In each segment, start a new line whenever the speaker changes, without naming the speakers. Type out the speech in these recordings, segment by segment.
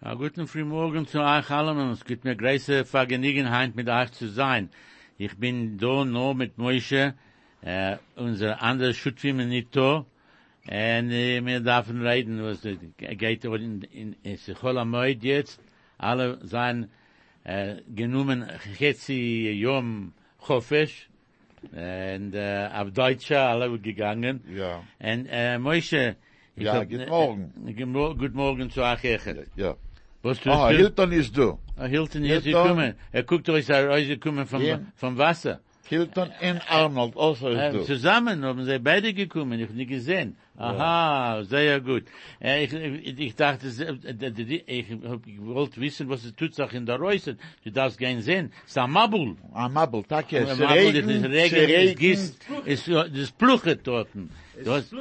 A guten Frühmorgen zu euch allen und es gibt mir große Vergnügenheit mit euch zu sein. Ich bin da nur mit Moshe, äh, unser anderer Schutzfilm ist nicht da, und äh, wir dürfen reden, was äh, geht in, in, in Sichol Amoid jetzt. Alle seien äh, genommen Chetzi Yom Chofesh, und äh, auf Deutsche alle gegangen.
Ja.
Und äh, Moshe, ich
Ja,
hab-
guten Morgen.
Äh, guten Mor- guten Morgen zu euch. Echel.
Ja.
Was tust
Ah,
du?
Hilton ist du.
Ah, Hilton ist
Hilton.
gekommen. Er guckt euch, er ist gekommen vom,
Ja.
vom Wasser.
Hilton und Arnold, also
Äh,
ist du.
zusammen haben sie beide gekommen, ich habe nicht gesehen. Aha, sehr gut. Äh, ich, ich, ich dachte, sie- äh, die- die- ich hab- ich wollte wissen, was es tut sich in der Reuse. Du darfst gehen sehen. Samabul.
Amabel, Ah, danke. Es
Samabul, Äh, das
regnet,
ist
es
Regen, es
regnet.
gießt, es ist Pluchet dort. Du hast-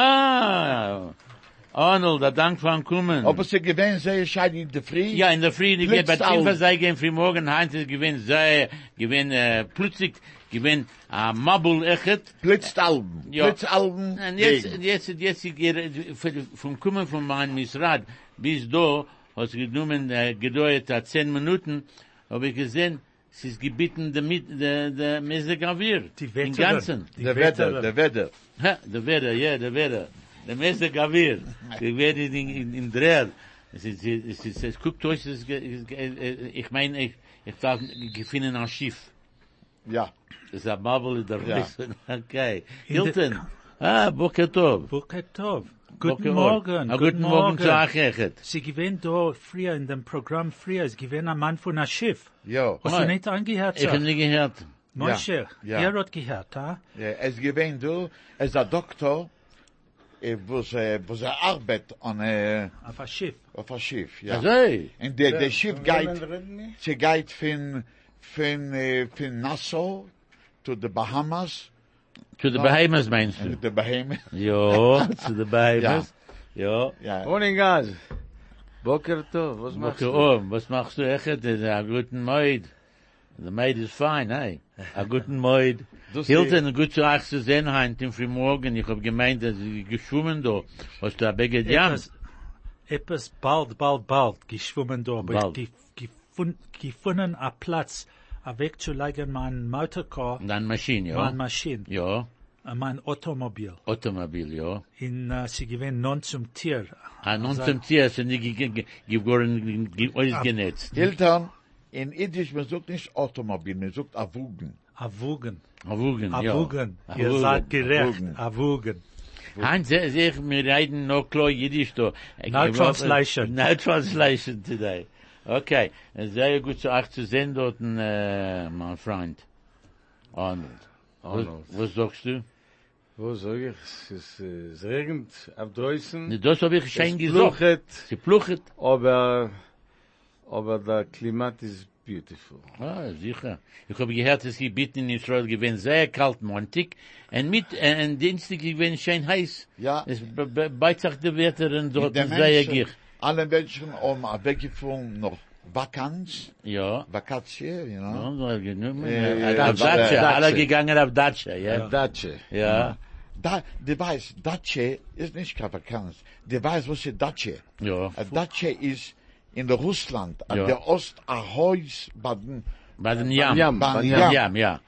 Ah, Arnold, der Dank für Kommen.
Ob es sie gewähnt, sehe ich halt in der Früh.
Ja, in der Früh, die geht bei
Glücks auf.
Tifa, sei gehen früh morgen, Heinz, es gewinnt, sei, gewinnt, äh, plötzlich, gewinnt, a Mabul Echet.
Blitzt Alben.
Ja.
Blitzt Alben.
Und jetzt,
Regen.
jetzt, jetzt, ich gehe, von- vom Kommen von meinem Misrad bis da, hat es genommen, äh, gedauert, hat zehn Minuten, habe ich gesehen, es ist gebeten, der, Mit- der, der Mesegavir.
Die
Im
Wetterer.
Ganzen.
Die
Der Wetter, der Wetter.
Ha, der Wetter, ja, der Wetter. Der Messe Gavir. Ich werde in, in, in Dreher. Es ist, es ist, es guckt euch, es ist, ge- es ist, ge- äh, ich meine, ich, ich darf gefunden ein Schiff.
Ja.
Das ist ein Babel in der
Ja.
Reise. Okay.
In der-
Hilton. Ah, Boker Tov.
Boker Tov.
Boker
Guten
Ohr.
Morgen.
Ah, Guten Morgen zu euch, Echet.
Sie gewinnt da früher in dem Programm früher, es gewinnt ein Mann von einem Schiff.
Ja.
Hast
Nein.
du nicht angehört?
Ich
sag?
habe nie gehört.
Moshe,
Ja.
er hat gehört, ha?
Ja, Es gewähnt du, es der Doktor, eh, wo sie, wo sie arbeitet an, äh,
Auf ein Schiff.
auf dem Schiff, ja.
Also, ey.
Und der, der Schiff geht, sie geht von, von, äh, von Nassau to the Bahamas,
zu den Bahamas meinst du?
to the Bahamas.
Jo, zu den Bahamas. Jo.
Ja.
Morning, guys. Boker Tov. Was machst
Boker
du?
Tov. Was machst du, Echet? A guten Moid. The maid is fine, hey. A guten Moid.
Das
Hilton, gut zu euch zu sehen, Heint, im Frühmorgen. Ich hab gemeint, dass sie geschwommen da. Hast du da begge Jam?
Etwas, etwas bald, bald, bald geschwommen da, aber
Bald.
ich gef- gefun- gefunden einen Platz, um wegzulegen mein Motorcar,
Dann Maschine, ja?
mein Maschine,
Ja,
äh, mein Automobil.
Automobil, ja.
In, äh, sie gewinnt non zum Tier.
Ah, nun zum Tier sind die ge- ge- geworden, ge- alles genetzt.
Eltern, in Yiddish, man sucht nicht Automobil, man sucht Avogen.
Awogen.
Awogen, ja.
Awogen. Ihr
Awogen.
seid gerecht.
Awogen.
Awogen.
Hans, seh- seh ich, wir reden noch klar Jiddisch da. Ich-
No
ich-
translation.
No translation today. Okay, sehr gut zu euch zu sehen dort, äh, mein Freund. Arnold. Was,
Arnold.
was sagst du?
Wo sag ich? Es ist, äh, es regnet auf Dreußen.
Ne, Das hab ich
Es
schön gesagt.
pluchet,
Sie pluchet.
aber, aber der Klimat ist beautiful.
Ah, sicher. Ich hab gehört, es gibt Bitten in Israel gewesen, sehr kalt, montig. Und mit, äh, und Dienstag gewesen, schön heiß.
Ja.
Es be- be- beizacht die Wetter und dort,
Der
sehr
Menschen,
gich.
Alle Menschen haben weggefunden noch Vakanz,
Ja.
Vakatie, you know.
Ja, genommen.
Ja, ja,
Auf
ja,
Datsche,
Datsche.
alle gegangen auf Datsche, ja.
Datsche.
Ja,
Da, die weiß, Datsche ist nicht kein Vakanz. Die weiß, was ist Datsche.
ja.
A Datsche ist in der Russland, an
Ja.
der Ost, a Heus, Baden,
Bei den Jam.
Jam,
Bei den
bei
Jam,
Jam.
Jam, ja. eh,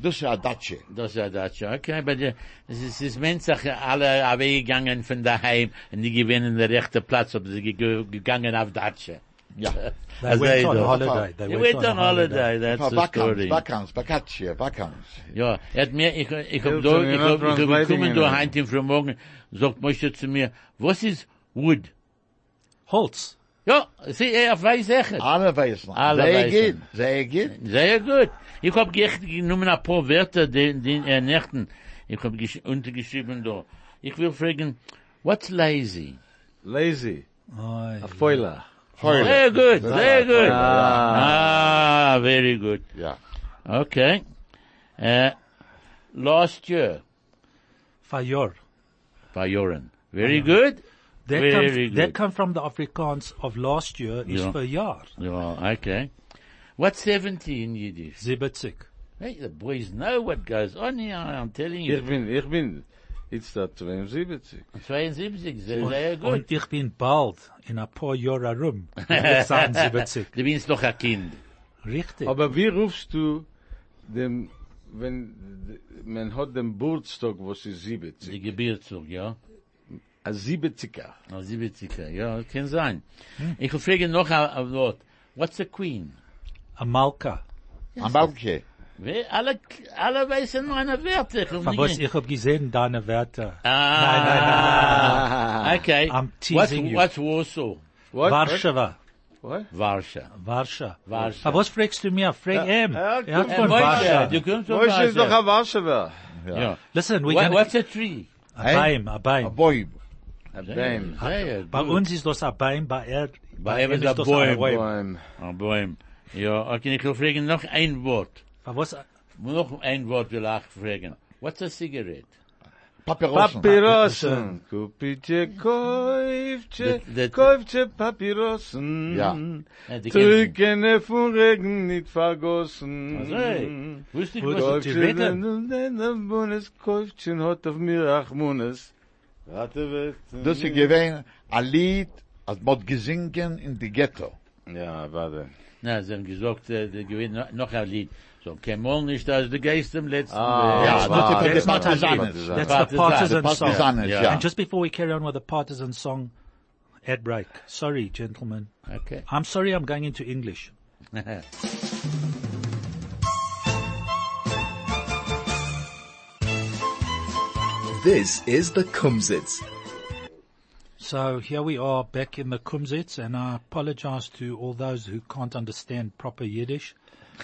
das ist a Datsche.
Das ist Datsche. Okay, bei der, es ist, es ist Menschach, alle weggegangen von daheim und die gewinnen den rechten Platz, ob sie ge- gegangen auf Datsche.
Ja.
They
Also,
went on
doch.
holiday. They
You went on holiday, that's the
Vakanz,
story.
Vakanz, Vakatie, Vakanz.
Ja, er hat mir, ich, ich hab
Hilton,
da,
you're
ich
not
hab, ich hab
translating
gekommen da
anything.
heint im Frühmorgen, sagt Moshe zu mir, was ist Wood?
Holz.
Ja, eh, sie, er weiß echt.
Alle weißen.
Alle
Sehr
weißen.
gut, sehr gut.
Sehr gut. Ich hab gecht genommen ein paar Wörter, den, den er nächten. Ich hab gesch- untergeschrieben da. Ich will fragen, what's lazy?
Lazy.
Oi.
A foiler.
Heule.
Very good, very good.
Ah.
Ah, very good.
Yeah.
Okay. Uh, last year,
Fayor.
by Joran. Very good.
They
Very
come,
good.
They come from the Afrikaans of last year is
Ja.
Fayor.
Yeah, okay. What's 70 in Yiddish?
Zibitzig.
Hey, the boys know what goes on here, I'm telling
Ich
you.
bin, ich bin, it's that 72.
72, sehr gut.
Und ich bin bald in ein paar Jahre rum. Ich will sein Zibitzig.
Du bist noch ein Kind.
Richtig.
Aber wie rufst du dem, wenn, man hat den Burtstock, was ist 70?
Die Gebirgsburg, ja.
A 70er.
Auf 70er, ja, kann sein. Ich will fragen noch ein ein Wort. What's a queen?
Amalka.
Amalke.
Wer- Alle, alle wissen meine Werte. Ich will
Aber was
nicht-
ich hab gesehen, deine Werte.
Ah,
nein,
Okay.
I'm
what's,
teasing you.
What's Warsaw?
What?
Warschauer.
What?
Warschau.
Warschau.
Warschau.
Aber was fragst du mir? Frag ihm.
ja,
Er hat
guck
Äh,
von
mal.
Warschau.
Warschau.
Du kommst von
Wo ist es doch
Warschau.
a Warschauer?
Ja.
Listen, we
What,
can,
what's a tree?
a Baim, a Baim.
Boim.
A Bäm.
Hey,
Bei uns ist das ein Baim, bei er,
Bei ihm ist ein
das
Bäum.
ein Baim.
Bäm.
Ein Bäum. Ah, Ja, okay, ich will fragen noch ein Wort.
Bei was,
Noch ein Wort will ich fragen. What's a cigarette?
Papyrosen.
Papyrosen. Kupicie, koivce,
The- the-
koivce Papyrosen.
Ja.
Ja, Äh, die
Drückene vom Regen nicht vergossen.
Also, hey, wusste ich
Wo-
was?
die Rede?
Bunes, Käufchen hat auf mir Achmunes. Rate wird.
Das ist gewesen ein Lied, als man gesingen in die Ghetto.
Ja, warte.
Na, sie haben gesagt, äh, der gewinnt noch- noch ein Lied. So, kein Mal nicht, also der Geist im letzten.
Ah,
äh,
Ja,
das
das ist
war-
von den
das war-
Partisanen.
das war-
that's
Partisan.
the partisan
The
song.
Partisanen,
Yeah.
ja.
And just before we carry on with the partisan song, ad break. Sorry, gentlemen.
Okay.
I'm sorry I'm going into English.
This is the Kumsitz.
So here we are back in the Kumsitz and I apologize to all those who can't understand proper Yiddish.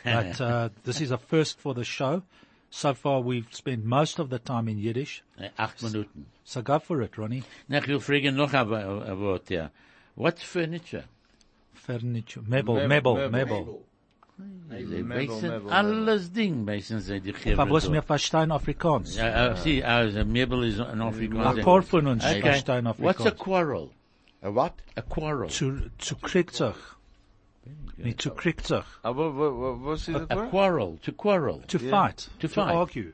But, uh, this is a first for the show. So far we've spent most of the time in Yiddish.
Äh, Acht Minuten.
So go for it, Ronnie.
Na, ich will fragen noch ein Wo- ein Wort, ja. What's furniture?
Furniture. Mebel,
Oh,
Mebel, Mebel.
Sie
Mebel,
wissen
Mebel,
alles Ding, wissen sie die Chirre.
Aber was
dort.
mir verstehen Afrikaans.
Ja, äh, sie, also, Mebel ist ein Afrikaner.
Ein paar von uns
Okay.
verstehen
What's a
Afrikaans.
quarrel?
A what?
A quarrel.
Zu, zu kriegzach. Nicht zu kriegzach.
Aber Ah, wo- wo- was ist
A
das? Wort?
quarrel, to quarrel.
To fight.
To fight.
argue.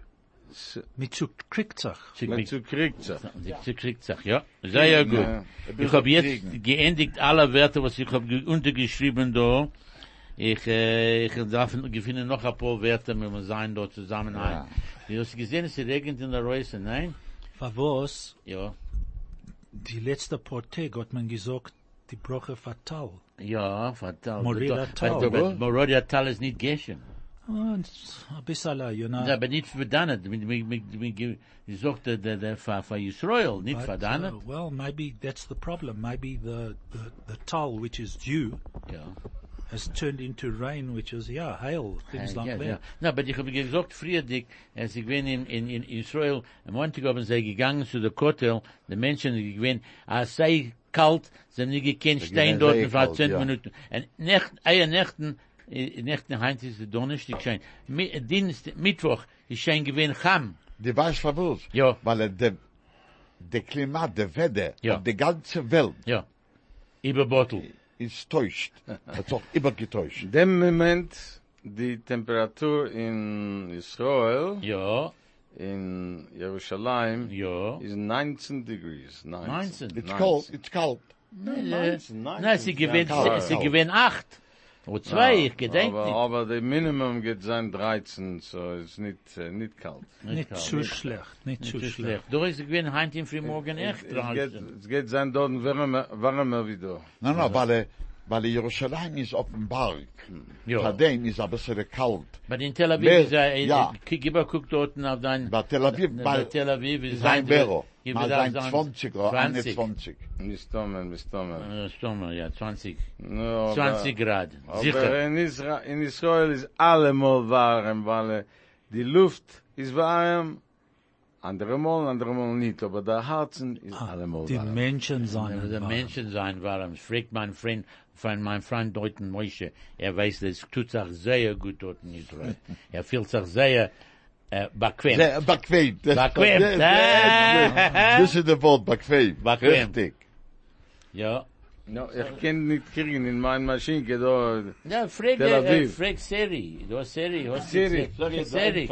Mit zu kriegzach.
Zu-
Man zu kriegt sich.
Sie kriegt sich, ja. Sehr gut. Ich hab jetzt
kriegen.
geendigt alle Wörter, was ich hab ge- untergeschrieben da. Ich, äh, ich darf gefunden noch ein paar Wörter, wenn wir sein dort zusammen ein. Du hast gesehen, es regnet in der Reise, nein?
Favos,
Ja.
die letzte Porte hat man gesagt, die Broche fatal.
Ja, fatal.
Morelia Tal.
Tal. Morelia Tal ist nicht geschehen.
Und ein bisschen, you know.
Ja, aber nicht verdammt. Mit- mit- mit- mit- Ich sagte, der, der, für, für Israel, nicht
but, uh,
verdammt.
well, maybe that's the problem. Maybe the, the, the tal, which is due,
Ja.
has turned into rain, which is, yeah, hail, things like
Ja,
that.
ja. Na, aber ich habe gesagt, früher, Dick, als ich bin in, in, in Israel, am Montag haben sie gegangen zu der Kotel, die Menschen, die gewinnen, als sei kalt, sie haben nicht gekannt, stehen
gewinnen
dort
sehr
in fast
kalt,
10
ja.
Minuten. Und Nacht, eier Nächten, äh, Nächten heint ist der Donnerstag schein. Mi- Dienst, Mittwoch, ist schein gewinn Cham.
Die weiß verwirrt.
Ja.
Weil äh, der, der Klima, der Wetter,
Ja.
auf der ganzen Welt
Ja. Über Bottle.
ist täuscht. Hat doch immer getäuscht.
In dem Moment, die Temperatur in Israel,
Ja,
in Jerusalem,
ja.
is 19 degrees. 19.
19.
It's cold, it's cold.
Nein, äh,
nein,
nein, sie
nein,
gewinnt,
kalt,
sie
kalt.
gewinnt acht. Oder zwei, ich gedenk
aber,
nicht.
aber der Minimum geht sein 13, so ist nicht, äh, nicht kalt.
Nicht
kalt,
zu schlecht, nicht zu
Zu
schlecht.
schlecht. Da ist gewinn heint in Frühmorgen echt
es, geht,
draußen.
es geht sein dort wärmer, wärmer wieder.
No, no, weil, äh, weil Jerusalem ist auf dem Berg.
Ja.
Von dem ist ein bisschen kalt.
Bei den Tel Aviv
Wer-
ist er,
ja.
ja. äh, Kiba guckt dort auf dein,
Bei Tel Aviv,
bei
bei
Tel Aviv ist
sein Büro.
gibt es
Mal sein
da
20 oder
20.
21.
Mistomen, mistomen.
Äh, Sommer, ja, 20,
No,
20 Grad,
aber, Aber
sicher.
in, Isra in Israel ist allemal warm, weil äh, die Luft ist warm Andere Mal, andere Mal nicht, aber der Herzen ist
Ah,
Ah,
allemal
Die
warm.
Menschen
Wenn
seien
wir Menschen sein waren, fragt mein Freund, von mein Freund Deuten Moshe, er weiß, das tut sich sehr gut dort in Israel. Er fühlt sich sehr, äh, bequem.
Sehr bequem. Das-
Bequem.
das- das- Das ist das Wort, bequem.
Bequem.
Richtig.
Ja.
No, ich kann nicht kriegen in mein Maschine, da,
Ja, Fred,
Tel
äh,
Aviv.
Fred Seri, du hast Seri, hast
Seri.
Seri, Seri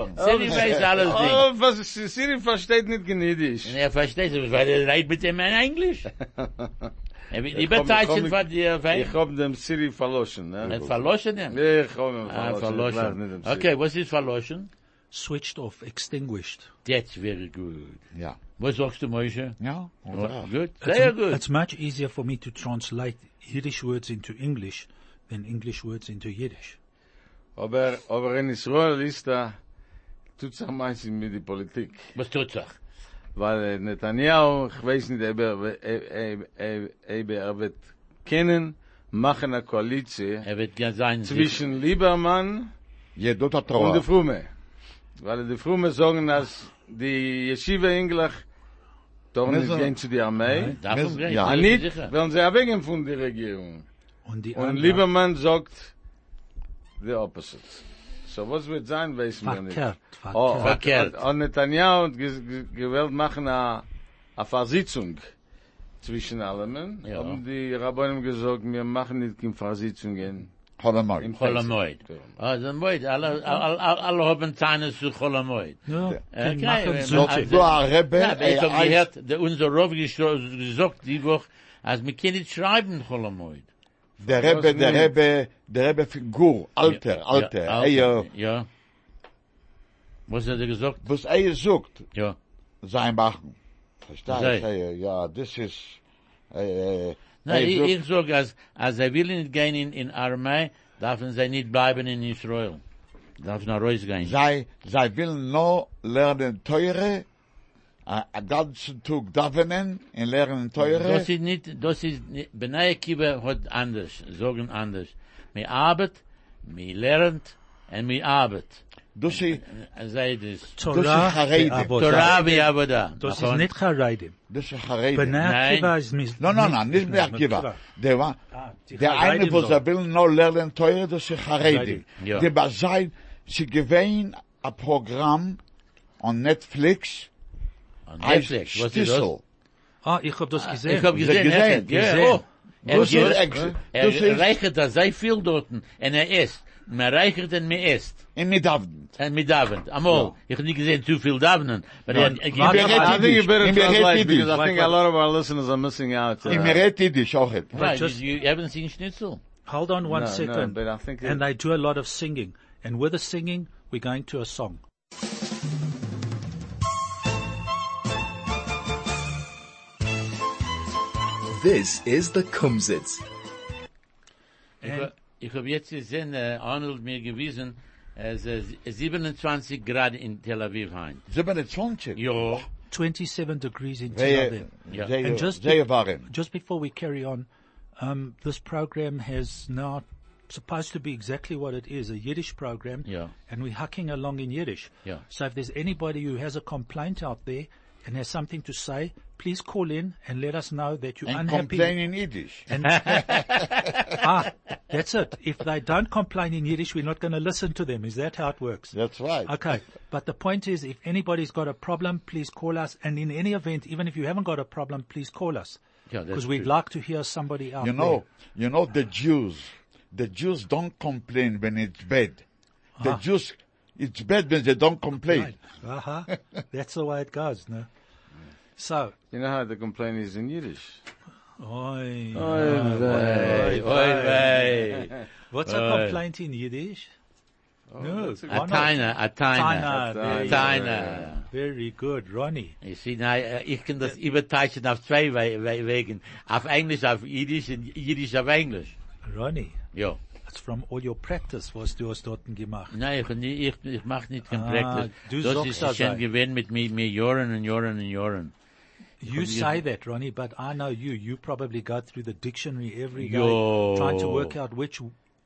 weiß alles nicht.
Oh, was, Siri versteht nicht kein Jiddisch.
Und er versteht es, weil er redet mit ihm in Englisch. Er wird
Ich
die
komm-
Bezeichnung von
ich komm-
dir,
Ich
weil
hab dem Siri verloschen, ne?
er verloschen ihn.
Ich hab ihn
Ah,
verloschen.
verloschen. Okay, was ist verloschen?
uh, switched off, extinguished.
That's very good.
Ja.
Was sagst du, Moshe?
Ja.
Gut, sehr gut.
It's much easier for me to translate Yiddish words into English than English words into Yiddish.
Aber, aber in Israel ist da, tut sich meistens mit der Politik.
Was tut sich?
Weil äh, Netanyahu, ich weiß nicht, ob er, ob- ob- ob er wird kennen, machen eine Koalition
Er wird ja sein.
zwischen Liebermann
Je doet dat
und
toch.
der Frume. Weil die Frume sagen, dass die Yeshiva Englach doch nicht
Also-
gehen zu der Armee.
Davon
Ja,
gehe
Ah,
ich
nicht,
nicht sicher.
wenn sie abhängen von der Regierung.
On the
Und
other-
Liebermann sagt, the opposite. So was wird sein, wissen wir nicht.
Verkehrt, verkehrt.
Oh,
Verkehrt.
Und, und Netanyahu hat ges- ge- gewollt machen a, a Versitzung zwischen allen.
Ja.
Haben die Rabbonim gesagt, wir machen nicht keine Versitzungen.
Goedemorgen.
im
Cholamoid.
Pesach.
Also Moid, alle, alle, alle, alle haben Zeines zu Cholamoid.
No,
Okay,
can machen
wenn
so-
man-
Zo- Zo a rebbe.
Ja,
er
aber ich
hij-
habe gehört, der unser Rav gestro- gesagt die Woche, als wir können nicht schreiben Cholamoid.
De rebbe, de
Was niet?
rebbe, de rebbe figuur. Alter, alter.
Ja,
Hij, eh,
Ja. Was hat er gesagt?
was hij zoekt,
Ja.
zijn wagen. Verstaan?
Zij.
Zei je, Ja, this is, eh, eh,
Nein,
hij
ich,
zoekt-
ich sag, als, als er will nicht gehen in, in Armee, dürfen sie nicht bleiben in Israel. Darf nach Reus gehen.
Zij, zij wil nou leren teuren, eh, dat ze toe davenen en leren teuren.
Das ist nicht, das ist, nicht- Benai Kiva hat anders, sagen anders. Mir arbeit, mir lernt, und mir arbeit. Äh,
Dus ze,
Sei das.
Torah
Das ist Haredi.
be'avodah.
Torah wie Avodah.
Das ist
Nachon?
nicht Haredim.
dus ze gereden.
Bnei
Nein.
Akiva ist mis-
No, no, no, nicht
mit-
mehr Akiva.
mit-
Der war,
Ah, die
der eine, er
Charedim
wo
so.
sie will nur lernen teuer, das ist Charedim.
Ja.
Der war sein, sie gewähnt ein Programm on Netflix,
An
heißt
Netflix, was ist das?
Stissel.
Ah, ich hab das gesehen.
Ich hab gesehen,
gesehen,
Netflix, ja,
gesehen.
oh. Er,
Das ist,
er,
ex- das
er
ist
reichert da sehr viel dort, und er isst. Man reichert und man isst.
in Midavden.
En mit Davend. Amol, ich hab nicht gesehen zu viel Davenden. Aber er, er gibt
warte,
mir
warte.
Ah, I think you better
Im Berät
translate
Yiddish.
because I think a lot of our listeners are missing out. uh,
In Meretidisch auch.
Right,
just-
you, you haven't seen Schnitzel.
Hold on one
No, no,
second.
but I think
and
it-
they do a lot of singing. And with the singing, we're going to a song.
This is the Kumsitz.
Ich, hab- ich habe jetzt gesehen, äh, Arnold mir gewiesen, äh, es ist 27 Grad in Tel Aviv hein.
27.
Jo,
27 degrees in
Sehr,
Tel
Ja.
sehr,
And just-
sehr warm.
Just before we carry on, um, this program has now supposed to be exactly what it is, a Yiddish program.
Yeah.
And we're hucking along in Yiddish.
Yeah.
So if there's anybody who has a complaint out there and has something to say, please call in and let us know that you're
And
unhappy.
complain in Yiddish.
Ah, that's it. If they don't complain in Yiddish, we're not going to listen to them. Is that how it works?
That's right.
Okay. But the point is, if anybody's got a problem, please call us. And in any event, even if you haven't got a problem, please call us.
Yeah, that's
Because we'd
true.
like to hear somebody out
You know, you know the Jews. The Jews don't complain when it's bad. The Jews, it's bad when they don't complain.
there. Uh-huh. that's the way it goes, no? So,
You know how the complaint is in Yiddish.
oi,
Äh,
Uh,
oi, oi,
what's
Oi.
a complaint in Yiddish? no,
uh, oh, that's a
why
a
not?
Tainer, a Tainer,
Tainer, there you
Tainer.
go.
Tainer.
Very good, Ronnie.
Ich sehe, nein, äh, ich kann das überteilen auf zwei We- We- Wegen. Auf Englisch, auf Jiddisch und Jiddisch auf Englisch.
Ronnie.
Ja.
That's from all your practice, was du hast dort gemacht.
Nein, ich, nie- ich, ich mach nicht kein
Ah,
Practice.
du
das
sagst
ist
das
schon
ein.
gewesen mit mir, mir Jahren und Jahren und Jahren.
You say that, Ronnie, but I know you. You probably go through the dictionary every day
Yo.
trying to work out which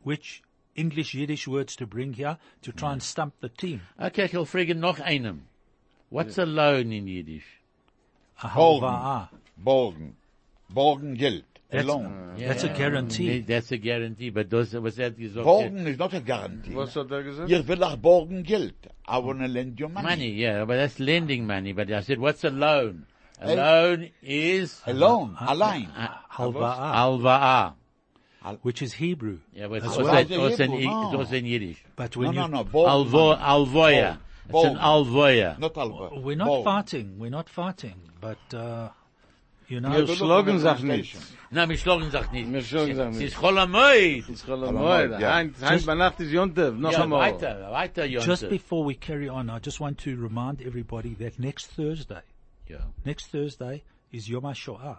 which English Yiddish words to bring here to try and stump the team.
Okay, ich will fragen noch einem. What's a loan in Yiddish?
A
Borgen.
halva'a.
Borgen. Borgen Geld.
That's-
Alone.
That's a guarantee.
That's a guarantee, but das, was er hat gesagt,
Borgen is not a guarantee.
Was hat er gesagt?
Ich will auch borgen Geld. I want to lend you money.
money, yeah, but that's lending money, but I said, what's a loan? A
Hey.
loan is
Alone.
Uh-huh.
Allein.
Halva'a.
Alva'a.
Which is Hebrew.
Yeah, but
As
it's
well.
also also in,
Oh.
it's also in Yiddish.
But
No,
when
no,
you,
no. Borgen.
Alvo,
money.
alvoya. It's an
Borgen.
alvoya.
Not alvo.
we're not
Borgen.
fighting, we're not fighting, but, uh, you know,
Your slogan
Look at
sagt
the
nichts.
Na, mir schlagen sagt nicht.
Mir schlagen sagt
Es
nicht.
ist Cholamoid.
It's Chol
Chol
Hamoed.
Hamoed, ja.
Heinz, Heinz, bei Nacht ist Yontev. Noch
Ja,
einmal.
weiter, weiter, Jonte.
just before we carry on, I just want to remind everybody that next Thursday,
Yeah.
next Thursday is Yom HaShoah.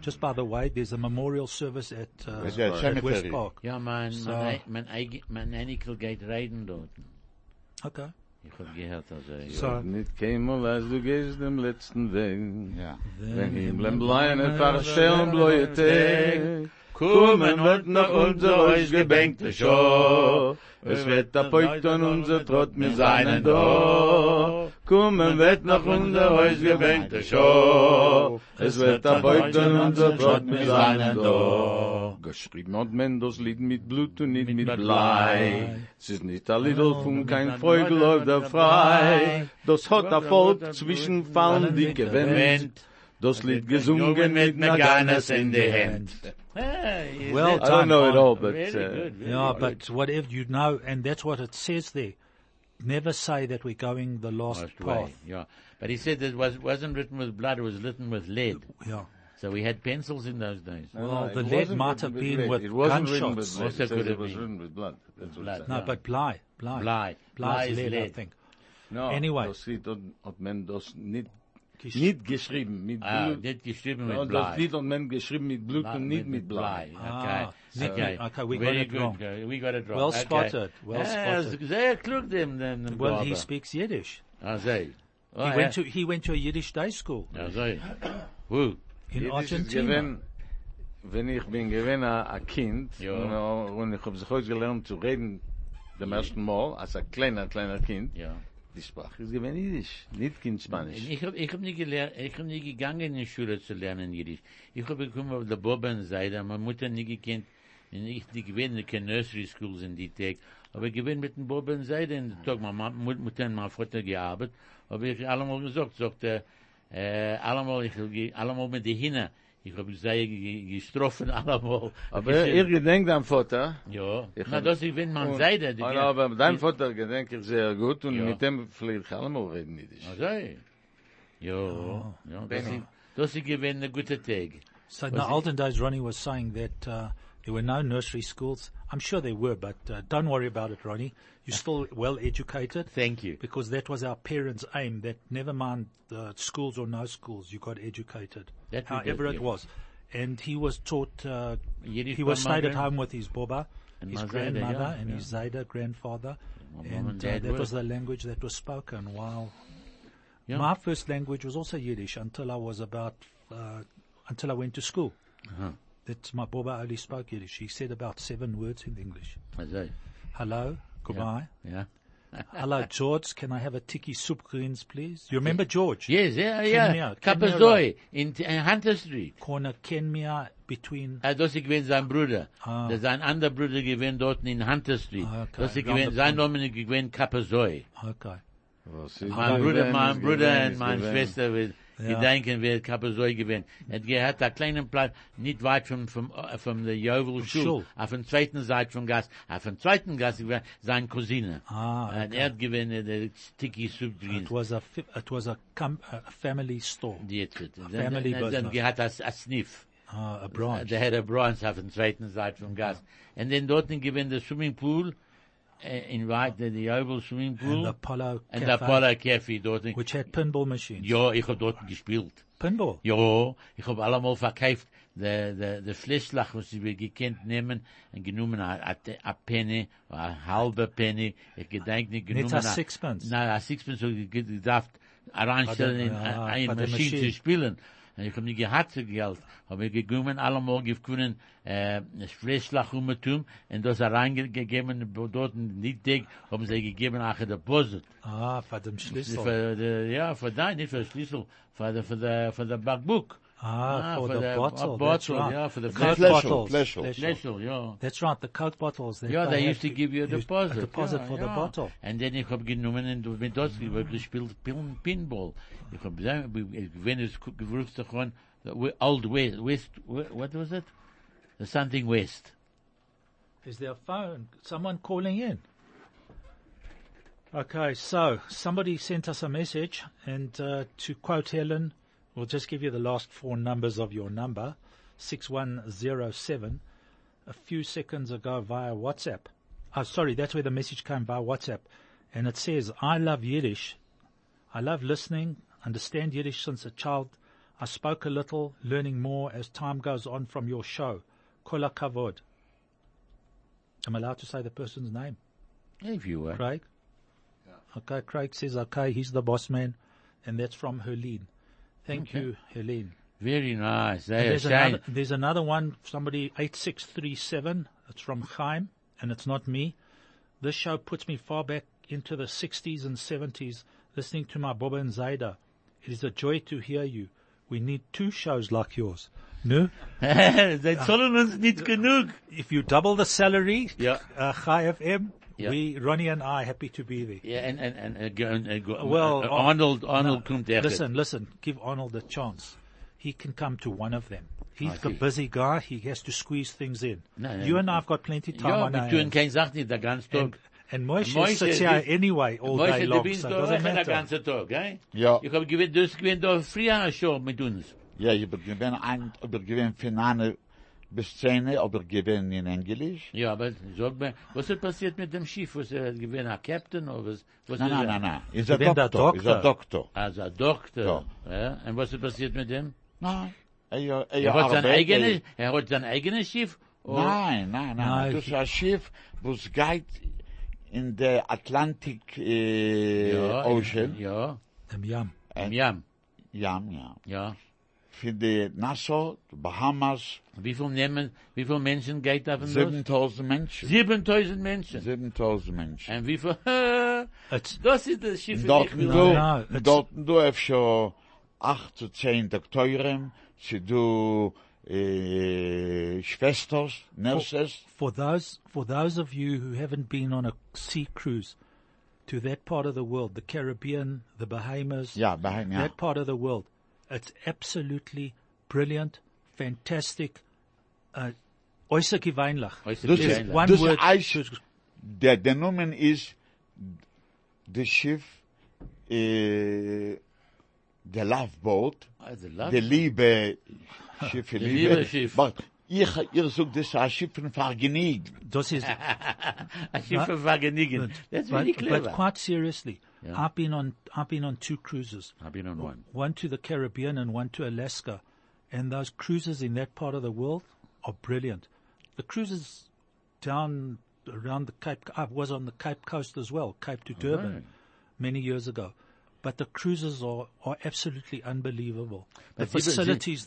Just by the way, there's a memorial service at, uh,
Is there a
at West
cemetery?
Park.
Ja, mein,
So-
mein, mein, eigen- mein Enkel geht reden dort.
Okay.
Ich hab gehört, also, ja.
So,
Nicht keinmal, als du gehst dem letzten Weg.
Yeah.
Wenn Himmeln bläuen, ein paar Stellen bläue Teg.
Kommen und nach unser euch gebänkte Schor.
Es wird der Poit und unser Trott mit seinen Dor. Kommen wird nach unser euch gebänkte Schor. Es wird der Poit und unser Trott mit seinen Dor. Geschrieben hat man das Lied mit Blut und nicht mit Blei. Es ist nicht ein Lied von kein Vogel auf der Frei. Das hat der Volk zwischen Fallen die gewinnt. Das Lied gesungen mit Naganas in die Hand.
Hey,
Well
I don't know it all, but
very
uh,
good. Very
yeah,
good.
but whatever you know, and that's what it says there. Never say that we're going the last,
Passed
path.
away, Yeah, but he said it was wasn't written with blood; it was written with lead.
Yeah.
So we had pencils in those days.
Well,
it
the lead
wasn't
might
written
have been
lead.
with
it wasn't written
gunshots.
with
Also
lead. It says
could
it
have
was
been.
written with blood. That's what it
Blood.
says.
No, but Bly. Bly.
Bly. Bly
Bly's
is
lead, I
lead.
think.
No,
Anyway.
Das Lied hat, hat man das nicht,
Gesch-
nicht geschrieben mit
Ah,
Blut.
nicht geschrieben
No,
mit
das
Blei.
Lied hat man geschrieben mit Blut
Blei-
und nicht mit Blei.
Okay.
Ah, nicht mit- okay, we got
Very
it
good.
wrong.
guy. We got it wrong.
Well
okay.
spotted, well
Ah,
spotted.
Sehr klug dem, dem, dem
Well, he
Barber.
speaks Yiddish.
Ah, sei. Oh,
He
ja.
went to he went to a Yiddish day school
Ah, sei. Who?
in
Jiddisch ist
Argentina.
gewesen, wenn ich bin gewesen a, a Kind
Ja.
und, und ich habe sich heute gelernt zu reden, dem ersten Mal, als ein kleiner, kleiner Kind,
Ja.
die Sprache ist gewesen Jiddisch, nicht Kind Spanisch.
Ich hab, ich hab nie gelernt, ich hab nie gegangen in Schule zu lernen Jiddisch. Ich hab gekommen auf der Bobenseite, meine Mutter nie gekannt, und ich die gewinne, keine Nursery Schools in die Tag. Aber ich gewinne mit dem Bobenseite in den Tag, meine Ma- Mut- Mutter und mein Vater gearbeitet, aber ich allemal gesagt, sagte, äh, allemal, ich hab, ge- allemal mit die Hine, ich hab sie ge- gestroffen, allemal.
Aber ihr gedenkt am Vater,
Ja,
Ich
na
hab-
das ich bin man
Und-
Seite. die-
Und aber dein Vater gedenk ich sehr gut und
Ja.
mit dem vielleicht kann man auch reden Jiddisch.
Ah, sei. Jo,
Ah,
ja, das ist, das ist gewinne gute Tag.
So in the olden days, Ronnie was saying that uh, there were no nursery schools. I'm sure there were, but uh, don't worry about it, Ronnie. You're still well educated.
Thank you.
Because that was our parents' aim. That never mind the schools or no schools, you got educated,
That we
however
did,
it
yeah.
was. And he was taught. Uh,
Yiddish
he was
by my
stayed at
grand-
home with his boba,
And
his
my Zayda,
grandmother,
yeah,
and
yeah.
his Zayda grandfather,
My mum and
and uh,
dad
that
were.
was the language that was spoken. While
Yeah.
my first language was also Yiddish until I was about uh, until I went to school.
Uh-huh.
That my boba only spoke Yiddish. He said about seven words in English.
Ah, sei.
Hello, goodbye.
Ja.
Hello, George. Can I have a tiki soup greens, please? You remember George?
Yes, ja,
Kenya,
ja.
Kenya,
Kapazoi in, in Hunter Street.
Corner Kenmia between.
Ah, das ist gewesen sein Bruder.
Ah.
Das ist ein anderer Bruder gewesen dort in Hunter Street.
Ah, okay.
Das ist
Round
gewesen,
the
sein Name ist gewesen Kapazoi.
Okay.
Was ist
Mein Bruder,
gewesen,
mein
ist
Bruder
gewesen,
und
ist
meine
gewesen.
Schwester wird
Ja.
gedenken, wer Kapazoi gewesen. Er gehört einen kleinen Platz, nicht weit vom, vom, äh, vom der Jovel
Schul.
Schul, auf der zweiten Seite vom Gas, auf der zweiten Gas gewesen, sein Cousine.
Ah, okay.
Und er hat gewesen, äh, der Sticky Soup Greens.
It was a fi- it was a, com- a family store,
Die hat es.
family
Dann- Dann
business.
gehört das als Sniff.
uh, a branch.
Äh, Der Herr der Bronze auf der zweiten Seite vom Gas. Und dann dort gewinnt der Swimmingpool, äh, in weit, der die Jovel
and
Swimmingpool.
the Apollo
Und der
Cafe,
Apollo Café dort.
which had pinball machines.
Ja, ich hab dort gespielt.
Pinball.
Ja, ich hab allemal verkauft, de, de, de Fleischlach, was ich gekannt nehmen, und genommen a, a, a Penny, a halbe Penny, ich gedenk nicht genommen.
Nicht a Sixpence.
Nein, a Sixpence hab ich gedacht, arrangieren in
Ah,
eine
bei der
Maschine zu
Maschine.
spielen. Und ich hab nicht gehabt zu Geld. Hab ich gegangen, allemal gefunden, äh, Fleischlach um und um, und das reingegeben, dort nicht dick, haben sie gegeben, ach, der Posit.
Ah, für den Schlüssel.
Für, die- ja, für dein, nicht für Schlüssel, für der, für der, für der Backbook.
Ah, for
for
the
the
bottle.
bottle,
that's right.
yeah, for the
Coke
fleshel,
bottles.
fleshel.
Schlüssel, ja.
That's right, the Coke bottles.
Ja, they used to give you a
used-
deposit.
A deposit
ja,
for
ja.
the bottle.
And then ich hab genommen und mit das ich hab gespielt Pin Pinball. Ich hab gesagt, wenn es gewürzt zu gehen, the we- Old West, West, what was it? The something West.
Is there a phone? Someone calling in? Okay, so somebody sent us a message, and uh, to quote Helen, we'll just give you the last four numbers of your number, 6107, a few seconds ago via WhatsApp. Oh, sorry, that's where the message came via WhatsApp. And it says, I love Yiddish. I love listening, understand Yiddish since a child. I spoke a little, learning more as time goes on from your show. Kola kavod. I'm allowed to say the person's name.
If you were.
Craig? Okay, Craig says, okay, he's the boss man. And that's from Helene. Thank you, Helene.
Very nice. They are
There's another,
shine.
there's another one, somebody, 8637. It's from Chaim, and it's not me. This show puts me far back into the 60s and 70s, listening to my Boba and Zaida. It is a joy to hear you. We need two shows like yours. No?
They zollen uns nicht genug.
If you double the salary,
Yeah.
uh, Chai FM,
Yeah.
we, Ronnie and I, happy to be there.
Yeah, and, and, and, uh, go- and, uh, go-
Well,
uh,
Ar-
Arnold, Arnold
No,
kommt echt.
Listen, listen. Give Arnold a chance. He can come to one of them.
I
He's a
see.
busy guy. He has to squeeze things in.
No, no,
you
no.
and I've got plenty of time
Ja,
on our
wir tun
hands.
kein Sach nicht, den ganzen
And,
Tag.
and Moshe,
Moshe,
sits here
you-
anyway all day
Moshe, du
long,
bist
so it
da
doesn't
recht den
matter.
ganzen Tag, eh?
Ja.
Ich hab gewinnt, du hast gewinnt da früher schon mit uns.
Ja, ich bin gewinn ein, ich bin gewinn Finane bis Szene, aber gewinn in Englisch.
Ja, aber sag mir, was ist passiert mit dem Schiff? Was er gewesen, ein Captain oder was? was
Nein,
ist
nein,
er?
nein, nein. Ist ein
Gewinn der
Doktor, ist ein
Doktor.
Doktor.
Also ein Doktor. Ja. Und was ist passiert mit dem?
Nein. Er,
Er hat sein
arbeitet-
eigenes, er hat sein eigenes Schiff. Oh, oder-
Nein, nein, nein.
Nein,
das ist
ich-
ein Schiff, was geht in der Atlantik äh,
ja,
Ocean.
Ja,
Um, yum.
im Jam.
Ja, ja.
Ja.
Für die Nassau, Bahamas,
Wie viel nehmen, wie viel Menschen geht da von das?
7000 Menschen.
7000 Menschen.
7000 Menschen.
Und wie viel, das
It's,
ist das Schiff, das ich
Dorten
will.
No,
du,
no, it's-
dorten du öfter 8 zu 10 Doktoren, sie du äh, Schwesters,
Oh.
Nurses.
for those, for those of you who haven't been on a sea cruise to that part of the world, the Caribbean, the Bahamas,
Ja, behind, ja.
that part of the world. It's absolutely brilliant, fantastic. Uh, äußerlich weinlich.
Weißt du,
Das
wie
ist-
viel?
one
das
word.
Eis, der, der Nomen ist, das Schiff, äh, der uh, Love Boat,
Also,
der
lass-
Liebe, Schiff, der Liebe.
Liebe Schiff.
Aber Ich, ich such das ein Schiff von Vergnügen.
Das ist,
ein Schiff für Wagenigen. Das ist
but,
wirklich
but
clever.
quite seriously, I've been on, I've been on two cruises,
Hab ich noch neun.
one to the Caribbean and one to Alaska. And those cruises in that part of the world are brilliant. The cruises down around the Cape, I was on the Cape Coast as well, Cape to Durban many years ago. But the cruises are, are absolutely unbelievable. The
Sieben-
facilities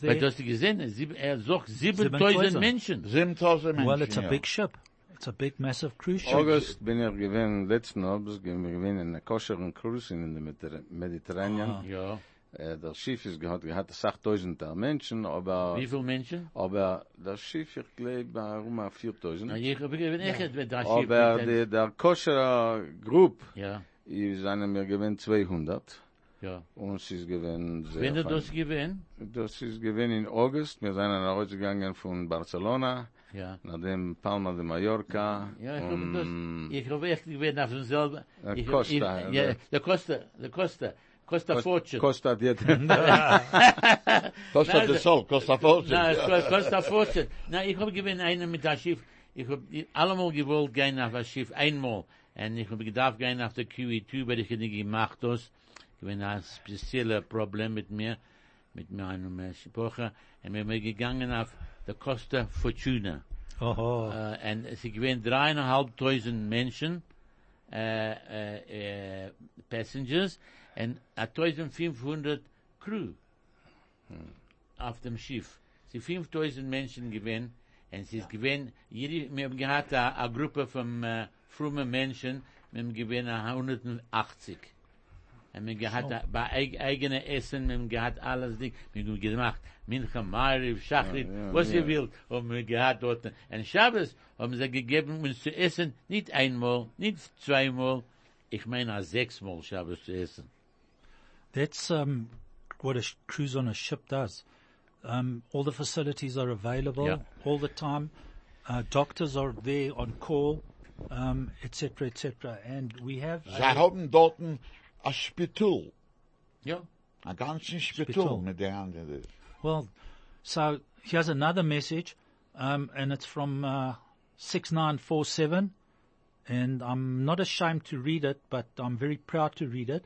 sieben-
there.
Weil du hast gesehen, sieben- er sagt 7000
7000.
Menschen.
7000 Menschen.
Well, it's a
ja.
big ship. It's a big, massive cruise ship.
August bin ich gewesen, letzten August bin ich gewesen in der koscheren Cruise in der Mediter- Mediterranean.
Ja.
Äh, das Schiff ist gehabt, gehabt 8000 Menschen, aber,
Wie viele Menschen?
aber das Schiff, ich glaube, um 4000.
Na, ich habe gewinnt echt mit das Schiff.
Aber
mit
die,
den-
der koscher Group,
Ja,
ich seine mir gewinnt 200.
ja.
Und sie ist gewinnt sehr
Wenn du
fein.
das gewinnt,
Das ist gewesen in August. Wir sind nach Hause gegangen von Barcelona,
ja.
nachdem Palma de Mallorca. um,
Ja, ich habe das,
und
ich habe echt gewinnt auf dem selben.
Der
ich-
Costa,
ich- Ja,
der-
der Costa, der Costa. Costa Fortune.
Costa Diet.
Kostet
Nein,
das Sol, kostet Fortune.
Na, es ko- Costa Fortune. Na, ich habe gewinnt einen mit das Schiff. Ich habe allemal gewollt gehen auf das Schiff, einmal. Und ich habe gedacht gehen auf der QE2, aber ich hätte nicht gemacht das. Ich bin ein spezielles Problem mit mir, mit meinem äh, Sprache. Und wir sind gegangen auf der Costa Fortuna.
Oh,
Uh, en sie gewinnen dreieinhalbtausend Menschen, äh, äh, äh, Passengers, en 1500 Crew. auf dem Schiff. Sie 5000 Menschen gewinnen, und sie ist gewinnen, jede, wir haben gehabt a, a Gruppe von äh, frommen Menschen, wir haben gewinnen 180. Und wir gehabt a, bei eig, eigene Essen, wir haben gehabt alles Ding, wir haben gemacht, Mincha, Mariv, Schachrit,
Ja, ja,
was
ja.
ihr wollt, haben wir gehabt dort. Und Schabes haben sie gegeben, uns zu essen, nicht einmal, nicht zweimal, ich meine sechsmal Schabes zu essen.
That's um, what a sh- cruise on a ship does. Um, all the facilities are available
Yeah.
all the time. Uh, doctors are there on call, um, et cetera, et cetera. And we have
Sie haben dort ein ein Spitul,
Ja.
ein ganzes Spitul
Spitul.
mit der Hand. in der-
Well, so here's another message, um, and it's from uh, 6947, and I'm not ashamed to read it, but I'm very proud to read it.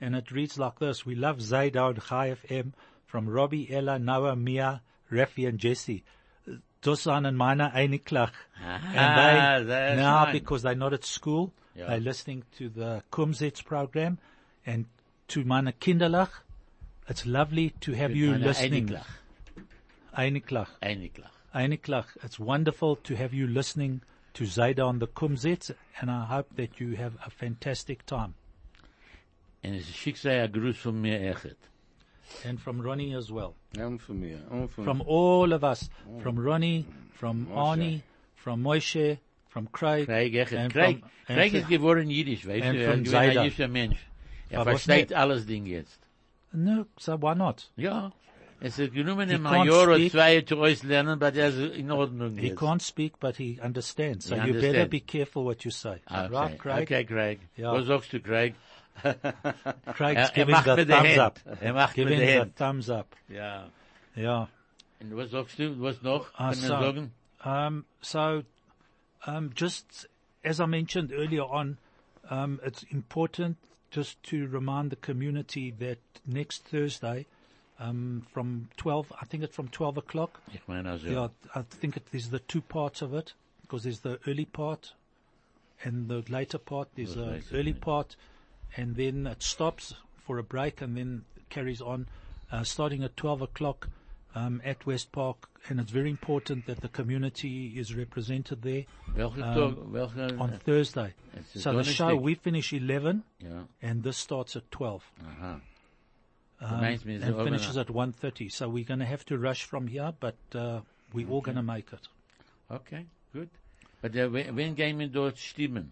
And it reads like this: We love Zaydod Chai FM from Robbie, Ella, Noah, Mia, Rafi, and Jesse. Dusan and Mina Einiklach.
Ah,
And they,
that's
now
nice.
because they're not at school,
Yeah.
they're listening to the Kumzet's program and to Mina Kinderlach. It's lovely to have you
Eine
listening.
Einiglach.
Einiklach.
Einiglach.
Einiklach. It's wonderful to have you listening to Zayda on the Kumzetz, and I hope that you have a fantastic time.
En es schickt sei ein Gruß von mir echt.
And from Ronnie as well.
And for me, and for
From all of us. From Ronnie, from Arnie, from Moshe, from Craig.
Craig echt.
and
Craig,
from- and
Craig
from-
ist geworden Jiddisch, weißt
and
du?
from
Er ist ein
Zayda.
jüdischer Mensch. Er
Aber was
versteht
nicht?
alles Ding jetzt.
No, so why not?
Ja. Es ist genommen
He
im
can't
Major oder
speak.
zwei zu euch lernen, aber der ist in Ordnung
He
jetzt.
can't speak, but he understands. So
He
you better
understands.
be careful what you say.
Ah, Okay,
Right, Craig?
okay, Craig.
Ja.
Was sagst du, Craig? Er-
Craig's
er
giving
macht
the
mit der
thumbs
Hand.
up.
Er macht mit
giving
der
the
Hand.
thumbs up.
Ja.
Yeah.
Und was sagst du? Was noch?
Ah,
Kann man
so.
sagen?
Um, so, um, just as I mentioned earlier on, um, it's important just to remind the community that next Thursday, um, from 12, I think it's from 12 o'clock.
Ich meine also.
Yeah, I think it, there's the two parts of it because there's the early part and the later part. There's
That's
the
nice,
early
isn't it?
part, and then it stops for a break and then carries on, uh, starting at 12 o'clock um, at West Park. And it's very important that the community is represented there ähm,
Welcher Tag? äh, Welcher?
on Thursday.
It's a
So the
Donnerstag.
show we finish 11,
Ja.
and this starts at 12
Aha. Du
ähm,
meinst, wir sind
and finishes
oben-
at 1:30. So we're going to have to rush from here, but uh, we're all going to make it.
Okay, gut. But uh, when, when gehen wir dort stimmen?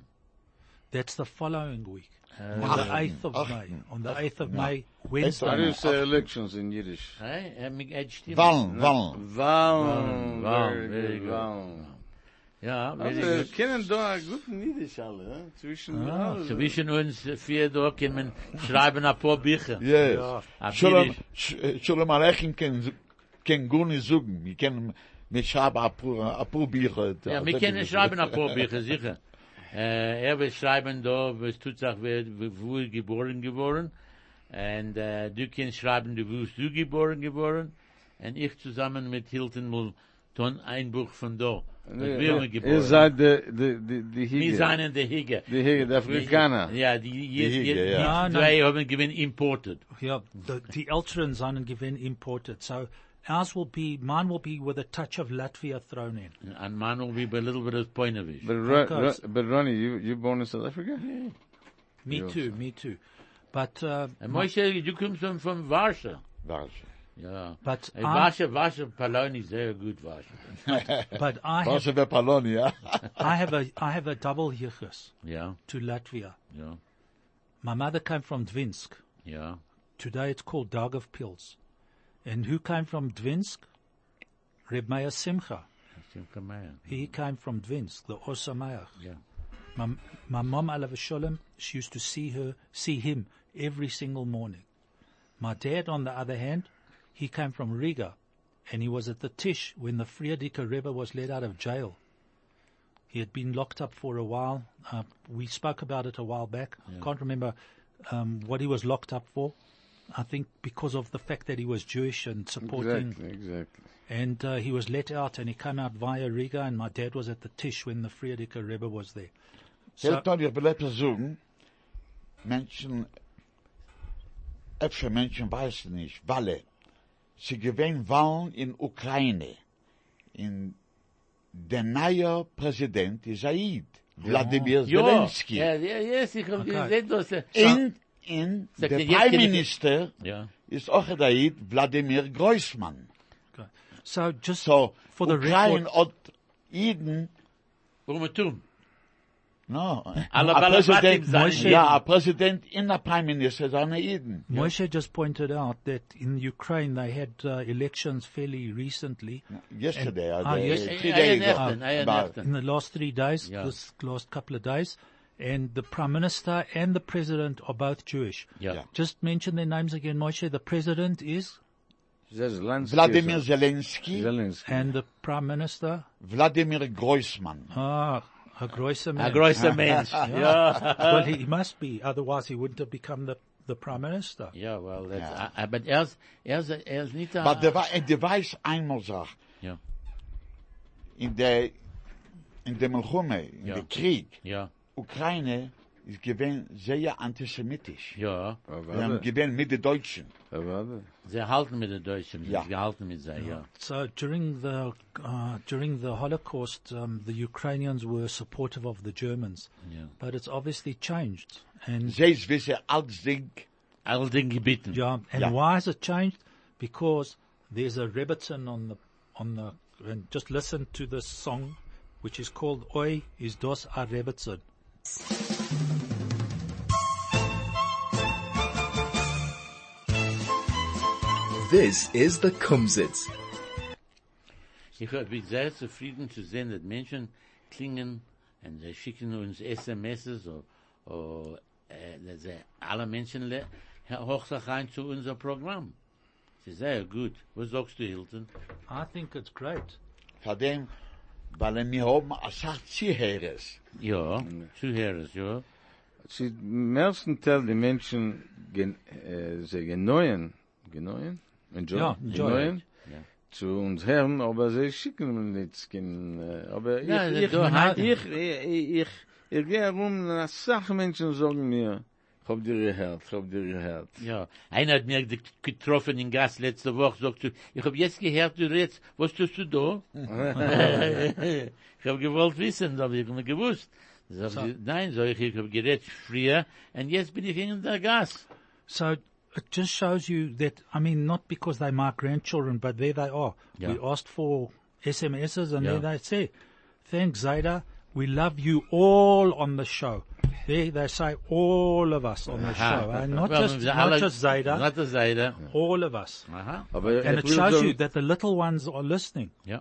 That's the following week. on
Achten.
the 8th of
Achten.
May. On the 8th of May, Wednesday.
That is uh, elections in Yiddish.
Hey, er mich hat stimmen.
Wallen, Wallen.
Warum,
Wahl, very
very
good.
good, warum.
Ja,
Also,
very
wir
good.
kennen da einen guten Yiddish alle, eh? zwischen allen.
Zwischen uns vier da kommen, schreiben ein paar Bücher.
Yes.
Auf
Shalom,
Jiddisch.
Sh- äh, Shalom Aleichem ken, ken guni zugen. Wir kennen mit Schab apur, apur Bier.
Ja, wir können schreiben ein paar Bücher, sicher. Äh, er wird schreiben da, was tut sich, wer, wo er geboren geworden. Und äh, du kannst schreiben, du wirst du geboren geworden. Und ich zusammen mit Hilton will tun ein Buch von da. Und wir werden geboren.
Ihr seid die, die, die, die
Wir
Hige.
seien der Higge.
Die Hige, die Afrikaner.
Ja, die, jetzt,
Hige,
jetzt,
ja.
die
Nein,
zwei haben gewinn imported.
Yeah, the, the Eltron Zone given imported. So ours will be, mine will be with a touch of Latvia thrown in.
And man will be a little bit of Poinovich.
But, Ron, Ron,
course.
but Ronnie, you, you born in South Africa?
Me
Yeah.
too, me too. But, uh,
And Äh, Moshe, du kommst von, von Äh, Warschau. Ja.
but,
Hey,
I,
Warschau, Warschau, Palon ist sehr gut, Warschau.
but I have,
Wasser wird Palonia.
I have a, I have a double yichus
Ja,
to Latvia.
ja,
My mother came from Dvinsk.
ja.
Today it's called Dargov Pils. And who came from Dvinsk? Reb Meir Simcha.
Simcha Meir.
He came from Dvinsk, the Osamayach.
Yeah.
My, my mom, Alav Sholem, she used to see her, see him every single morning. My dad, on the other hand, he came from Riga, and he was at the Tish when the Friedricha Rebbe was let out of jail. He had been locked up for a while. Uh, we spoke about it a while back. I can't remember um, what he was locked up for. I think because of the fact that he was Jewish and supporting
Exactly, exactly.
and uh, he was let out and he came out via Riga and my dad was at the Tish when the Friedricha Rebbe was there. So,
Hält noch, ich will etwas sagen. Menschen, öfter Menschen weiß nicht, weil sie gewähnt Wahlen in Ukraine. In der neue Präsident ist Aid, Wladimir Zelensky.
Ja, ja, yes, ich hab gesehen, dass er...
In, in,
Sagt
der
er, jetzt
Prime
geht-
Minister
Ja.
ist auch der Aid, Wladimir Groisman.
Okay. So just
So,
for the
Ukraine
record,
hat Iden,
Warum er tun?
no,
Alle
a
Ballen
Präsident,
warten sein.
ja, a Präsident in der Prime Minister seine Iden.
Moshe just pointed out that in Ukraine they had uh, elections fairly recently.
Yesterday,
And-
uh,
ah,
the-
yes- eh,
three
I- I
days ago.
understand, I
About-
understand.
in the last three days,
Yeah.
this last couple of days, and the prime minister and the president are both Jewish.
Ja.
Just mention their names again, Moshe. The president is, eh.
Zelensky.
Vladimir Zelensky,
Zelensky.
and the prime minister,
Vladimir Groisman.
ah, a grosser man.
Ein größer Mensch. Ja.
Well, he, he must be, otherwise he wouldn't have become the, the prime minister.
Ja, well, that's, ah, aber er ist, er ist, er ist nicht
Aber der,
Ah.
ein...
wei- der weiß einmal Sach,
Ja,
in der, in der Melchume, in
Ja.
der Krieg,
ja,
Ukraine ist gewesen sehr antisemitisch.
ja.
Wir haben
Warte,
gewesen mit den Deutschen.
warte.
Sie halten mit den Deutschen. Sie
Ja.
halten mit sie, ja.
So during the uh, during the Holocaust, um, the Ukrainians were supportive of the Germans,
Yeah.
but it's obviously changed. And
Sie ist wisse als Ding,
All den Gebieten.
yeah, and
Yeah.
why has it changed? Because there's a rebbitzin on the on the and just listen to this song, which is called "Oi Is Dos a Rebbitzin."
This is the Kumsitz.
Ich bin sehr zufrieden zu sehen, dass Menschen klingen und sie schicken uns SMS oder, oder äh, dass sie alle Menschen le- hochsach ein zu unserem Programm. Sie ist sehr gut. Was sagst du, Hilton?
I think it's great.
von dem, weil wir haben eine Sache Ziheres.
Ja, Zuhörers, ja.
Sie, im ersten Teil, die Menschen, gen, äh, sie genoien, genoien? Enjoy,
Ja, enjoy.
Genoien?
Ja.
Zu uns Herren, aber sie schicken uns nichts, kein, äh, aber ich,
Ja,
ich,
da hat- er.
ich, ich, ich, ich, ich gehe herum, na, Sache Menschen sagen mir, ich hab dir gehört, ich hab dir gehört.
Ja, einer hat mir get- getroffen in Gas letzte Woche, sagt zu, ich hab jetzt gehört, du redest, was tust du da? ich hab gewollt wissen, aber ich hab nicht gewusst. Sagt, sie, Nein, so ich, ich hab geredet früher, und jetzt bin ich in der Gas.
So it just shows you that, I mean, not because they're my grandchildren, but there they are.
Yeah.
We asked for SMSs and
Yeah.
there they say, thanks Zeta, we love you all on the show. There they say all of us on the
Ah.
show, and not
Uh-huh. Well,
just,
the
not
alle-
just Zeta,
Not just Zeta.
all of us.
Aha.
Aber
And it
ich will
shows
sagen-
you that the little ones are listening.
Ja.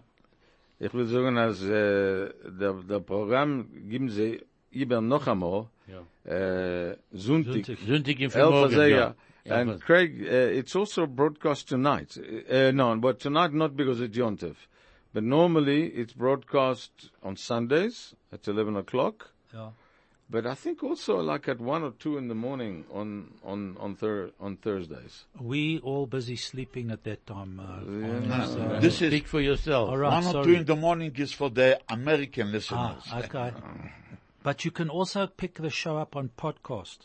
Ich will sagen, als äh, der, der Programm geben sie über noch einmal
Ja.
äh, Sonntag.
Sonntag.
Sündig im
Elf
Vermögen.
Uhr, ja.
Ja.
And Craig, uh, it's also broadcast tonight. Uh, no, but tonight not because it's Yontif. But normally it's broadcast on Sundays at 11 o'clock.
Yeah.
But I think also like at 1 or 2 in the morning on, on, on, thir- on Thursdays.
We all busy sleeping at that time. Uh, on- so-
This is,
Speak for yourself.
all right,
one or two
sorry.
in the morning is for the American
Ah,
listeners.
okay. But you can also pick the show up on podcast.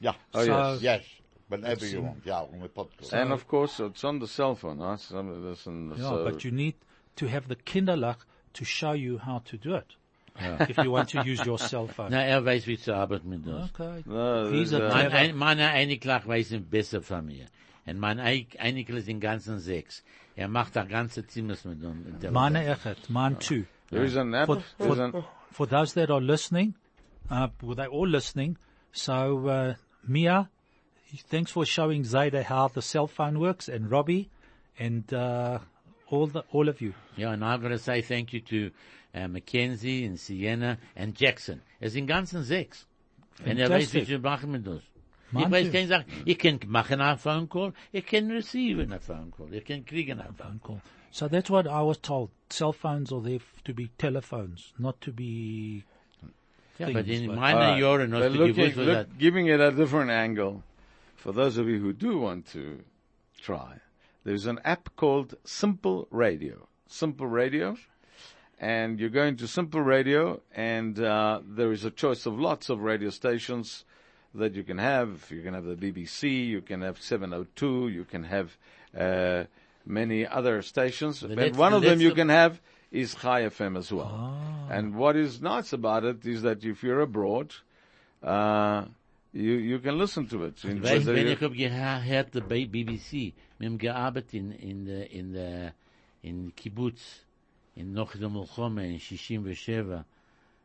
Yeah.
Oh, yes.
Yes. Whenever you want. Yeah, on the podcast.
and of course it's on the cell phone. Huh? Some, this and
Yeah,
so-
but you need to have the Kinderlach to show you how to do it. If you want to use your cell phone.
Na, er weiß, wie zu arbeiten mit uns.
Okay.
No,
He's a
there's, uh,
Mein,
clever.
ein, meine Einiglach weiß ihn besser von mir. Und mein Eig- Einikel ist den ganzen sechs. Er macht das ganze Zimmer mit uns. mit der-
Mine echet, mine too.
there is an app.
For,
There's an,
for, for those that are listening, uh, well, they're all listening. So, uh, Mia, thanks for showing Zayda how the cell phone works and Robbie and, uh, all the, all of you.
Ja, and I'm going to say thank you to uh, Mackenzie and Sienna and Jackson. Es sind ganzen sechs. Und er weiß, wie
Fantastic.
zu machen mit uns. Ich
Mann,
weiß
du.
keine Sache. Ich kann machen einen Phone Call, ich kann receiven einen Phone Call, ich kann kriegen einen Phone Call.
So that's what I was told. Cell phones are there f- to be telephones, not to be
Ja,
Things,
aber in
but-
meinen Jahren
But
hast du
looking-
gewusst, was
look-
das-
giving it a different angle, for those of you who do want to try, there's an app called Simple Radio. Simple Radio. And you go into Simple Radio and, uh, there is a choice of lots of radio stations that you oh can have. You can have the BBC, you can have 702, you can have, uh, many other stations.
The
and
next-
one
the
of them
next
you
of- Ah.
can have is Chai FM as well. And what is nice about it is that if you're abroad, uh, you you can listen to it. In
Weißt,
whether
wenn
you-
ich hab gehört, der B- BBC, wir haben gearbeitet in, in der, in der, in Kibbutz, in noch der Mulchome, in 67, äh, wir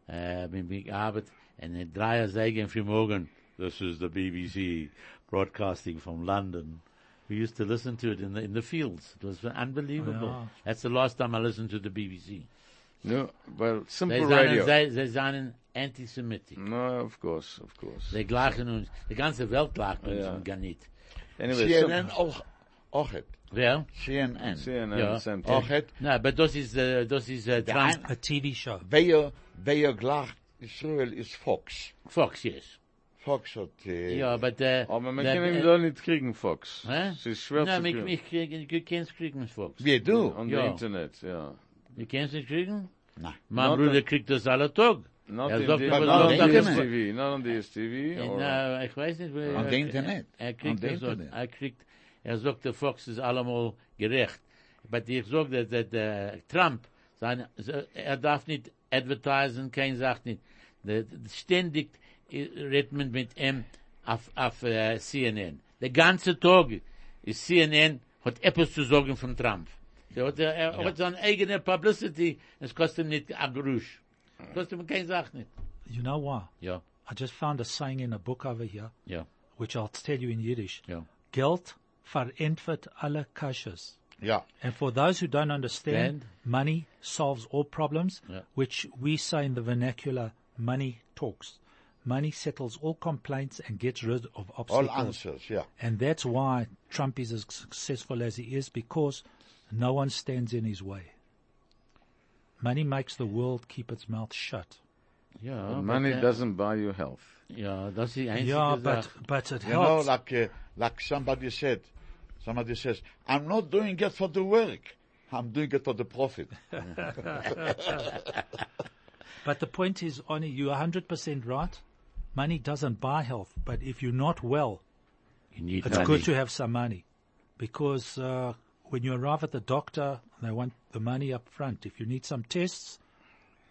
haben gearbeitet, und in drei Segen für morgen, this is the BBC broadcasting from London. We used to listen to it in the, in the fields. It was unbelievable.
Oh,
Ja.
That's the last time I listened to the BBC.
No, well,
They
simple radio.
seien, they, they seien antisemitic.
No, of course, of course.
They gleichen uns, die ganze Welt gleicht uns
Oh, Ja.
und gar nicht.
Anyway,
CNN
sim-
och, ochet.
Wer?
CNN.
CNN,
Ja.
same thing.
Ochet.
Na, aber das ist, äh, das ist, äh, Trans
A TV show.
Weyer, weyer glach Israel is Fox.
Fox, yes.
Fox hat, äh,
Ja, aber der,
Aber Oh, man
der-
kann ihn
äh,
doch nicht kriegen, Fox.
hä?
Es ist schwer
Na,
zu
mich,
kriegen.
mich kriegen, du kannst kriegen, Fox.
wir du.
On the
Ja.
Internet, ja.
Du kannst nicht kriegen?
Nein.
Mein
Not
Bruder
the-
kriegt das alle Tag.
Not,
Er
in
sagt,
the,
ich
not
muss
on
auch sagen,
DSTV, not on DSTV.
Äh,
Or,
Na, ich weiß nicht, wo
An
er-
der Internet.
Er, er
An
kriegt,
der
das so-
Internet.
er kriegt, er sagt, der Fox ist allemal gerecht. Aber ich sag, dass, dass, der Trump, sein, so- er darf nicht advertisen, kein sagt nicht. Der- der- Ständig äh, redet man mit ihm auf, auf äh, CNN. Der ganze Tag ist CNN, hat etwas zu sagen von Trump. Er hat, er, er hat seine eigene Publicity, es kostet ihm nicht ein Grusch. Kostet ihm kein Sach nicht.
You know why?
Ja,
I just found a saying in a book over here,
ja,
which I'll tell you in Yiddish.
ja.
Geld verentfert alle Kasches.
Ja.
And for those who don't understand,
Land.
money solves all problems,
Yeah.
which we say in the vernacular, money talks. Money settles all complaints and gets rid of
All
obstacles.
answers, ja.
And that's why Trump is as successful as he is because no one stands in his way. Money makes the world keep its mouth shut.
Ja,
but money
but, äh,
doesn't buy you health.
Ja, das ist die einzige
Yeah, but,
Sache.
but it
You know,
helps.
like, uh, like somebody said, somebody says, I'm not doing it for the work. I'm doing it for the profit.
But the point is, Oni, you're 100% right. Money doesn't buy health, but if you're not well,
You need
it's
money.
good to have some money because uh, when you arrive at the doctor, they want the money up front. If you need some tests,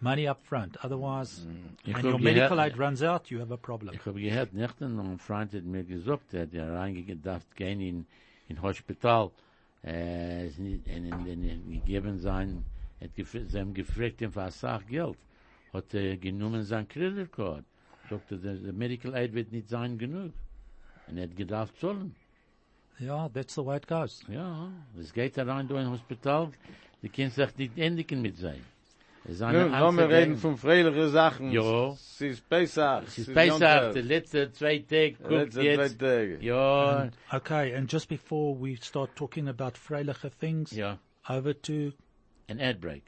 money up front. Otherwise,
Mm,
when
could
your
be
medical
ha-
aid runs out, you have a problem.
Ich habe gehört, nächten noch ein Freund hat mir gesagt, er hat ja reingedacht, gehen in, in Hospital, äh, es nicht, in, in, in, in, gegeben sein, er hat gef- sie haben gefragt, ihm für ein Sachgeld, hat er genommen sein Credit Card. Sagt er, der, der Medical Aid wird nicht sein genug. Und er hat gedacht, sollen.
Yeah, that's the way it goes.
Ja, es geht da rein, du in Hospital, die Kinder sagt nicht endigen mit sein. Es ist eine
Nun, lass mal
Angst
reden
dagegen.
von freilichen Sachen.
Ja.
Es ist Pesach.
Es ist
Yom
Pesach,
Tov.
die letzte zwei Tage, guckt
Letzte zwei
jetzt.
Tage.
Ja,
Okay, and just before we start talking about freiliche things,
ja,
over to
an ad break.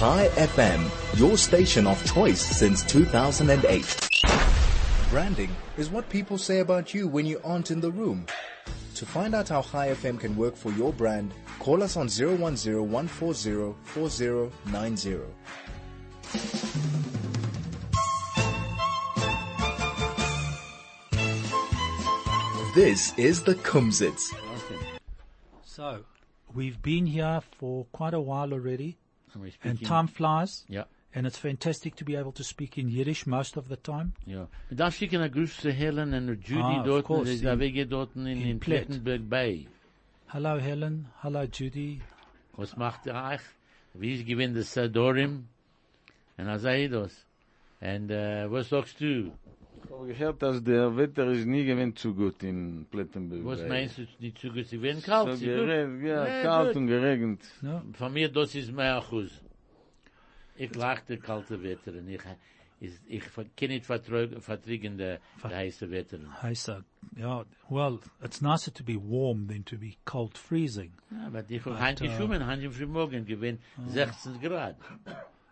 Hi FM, your station of choice since 2008. Branding is what people say about you when you aren't in the room. To find out how Hi FM can work for your brand, call us on 010-140-4090. This is the Kumsitz.
so we've been here for quite a while already,
And we're
and
speaking-
time flies.
Ja,
And it's fantastic to be able to speak in Yiddish most of the time.
ja. Man darf schicken ein Gruß zu Helen und Judy
Ah, of
dort,
course,
sie ist da
in-
wege dort in, in
Plett.
Plettenberg Bay.
Hello, Helen. Hello, Judy.
Was macht ihr euch? Wie ich gewinne das Sadorim? Und er sei das. Und, äh, was sagst du?
Ich habe gehört, dass der Wetter ist nie gewinnt zu gut in Plettenberg.
Was
Weil-
meinst du, die Züge, sie werden
So
kalt, sie gut?
gereg- Ja,
Nee,
kalt
gut.
und geregnet.
No,
Von mir, das ist mehr Achus. Ich lach der kalte Wetter und ich, ich, ich kann nicht vertrögen, vertriegen der, der heiße Wetter.
hey, so, yeah, well, it's nicer to be warm than to be cold freezing.
Ja, aber ich habe heute
äh,
geschoben, heute früh morgen gewinnt 16 Grad.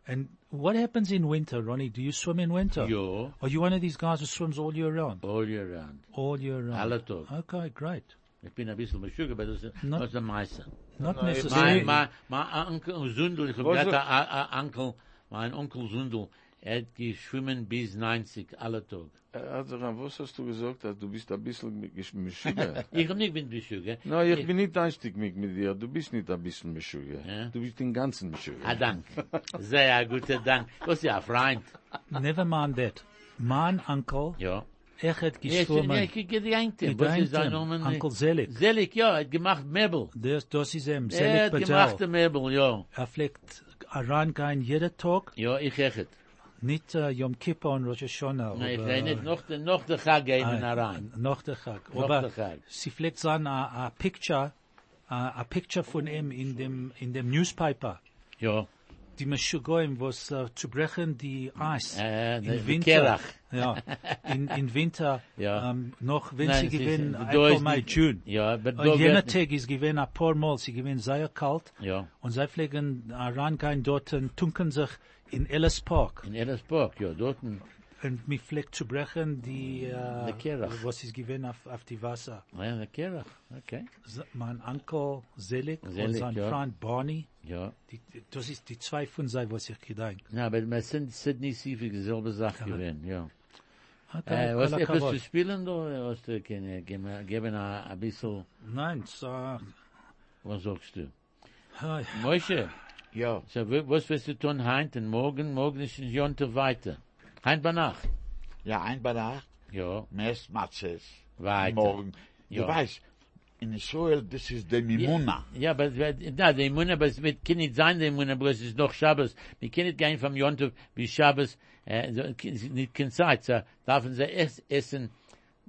And what happens in winter, Ronnie? Do you swim in winter?
Ja,
Are you one of these guys who swims all year round?
all year round.
All year round.
Alle Tag.
Okay, great.
Ich bin ein bisschen beschügt, aber das ist
No.
das ist der Meister.
Not
Mein,
necessarily.
mein, mein Onkel Sundel, ich habe
Was
gerade
ist-
ein ein- ein Onkel, mein Onkel Sundel, Er hat geschwimmen bis 90, alle Tag.
Er hat sich an was hast du gesagt, dass du bist ein bisschen Mischuge?
Ich hab nicht bin Besucher.
no, ich bin nicht einstig mit, mit dir, du bist nicht ein bisschen Mischuge.
Ja.
Du bist den ganzen Mischuge.
Ah, dank. Sehr ein guter Dank. Was ja, Freund.
Never mind that. Mein Onkel,
Ja.
er hat
Er ist in
gestorben.
Ecke gedrängt. Was ist sein Name?
Onkel Selig.
Selig, ja, er hat gemacht Möbel.
Das, das ist
Er
ihm, Selig
hat gemacht
Patel.
Möbel, ja.
Er fliegt reingehen jeden Tag,
Ja, ich hechet.
nicht äh, Yom Kippur und Rosh Hashanah.
Nein, ich
aber-
seh nicht noch, den- noch der Chag geben
Ah,
herein.
Noch der Chag.
Noch
Aber
der Chag.
sie fliegt sein a, a äh, picture, äh, a, a picture von ihm in dem, in dem newspaper.
Ja.
Die Meshugoyim, was äh, zu brechen, die Eis.
Äh, die- die
in Winter.
Kerach.
Ja, in, in Winter,
Ja.
ähm, noch wenn
Nein,
sie
es ist-
gewinnen,
da
April,
ist
Mai,
nicht-
June.
Ja, aber da
Und jener
wird-
Tag ist gewesen ein paar Mal, sie gewinnen sehr kalt.
Ja.
Und sie fliegen äh, reingehen dort und tunken sich in Ellis Park.
In Ellersburg, ja, dort. Ja,
Und mir fliegt um zu brechen die, äh,
Die Kerach.
was ist gewinnen auf, auf die Wasser.
der Kerach, okay.
Se- mein Onkel Selig und
Selig,
sein
ja.
Freund Barney.
Ja.
Die, die- das ist die zwei von sei, was ich gedenkt.
Na, aber wir sind Sydney Siefi, dieselbe Sache gewesen, ja.
Okay,
Äh, was
aller
etwas
Kavod.
zu spielen, da? Hast du keine, geben, geben a, a bissl,
Nein, so,
was sagst du?
hey,
Moshe,
Ja.
so, w- was wirst du tun heint und morgen? Morgen ist ein Jonte weiter. Heint bei Nacht.
Ja, ein bei Nacht,
Ja,
meist Matzes.
Weiter.
Morgen.
Ja.
Du weißt, in Israel, das ist der Mimuna.
Ja, aber, es wird- na, der Immune, aber es wird, kann nicht sein, der Immune, aber es ist noch Schabbos. Wir können nicht gehen vom Jontov bis Schabbos, äh, so, es ist nicht keine Zeit, so, dürfen sie es, essen,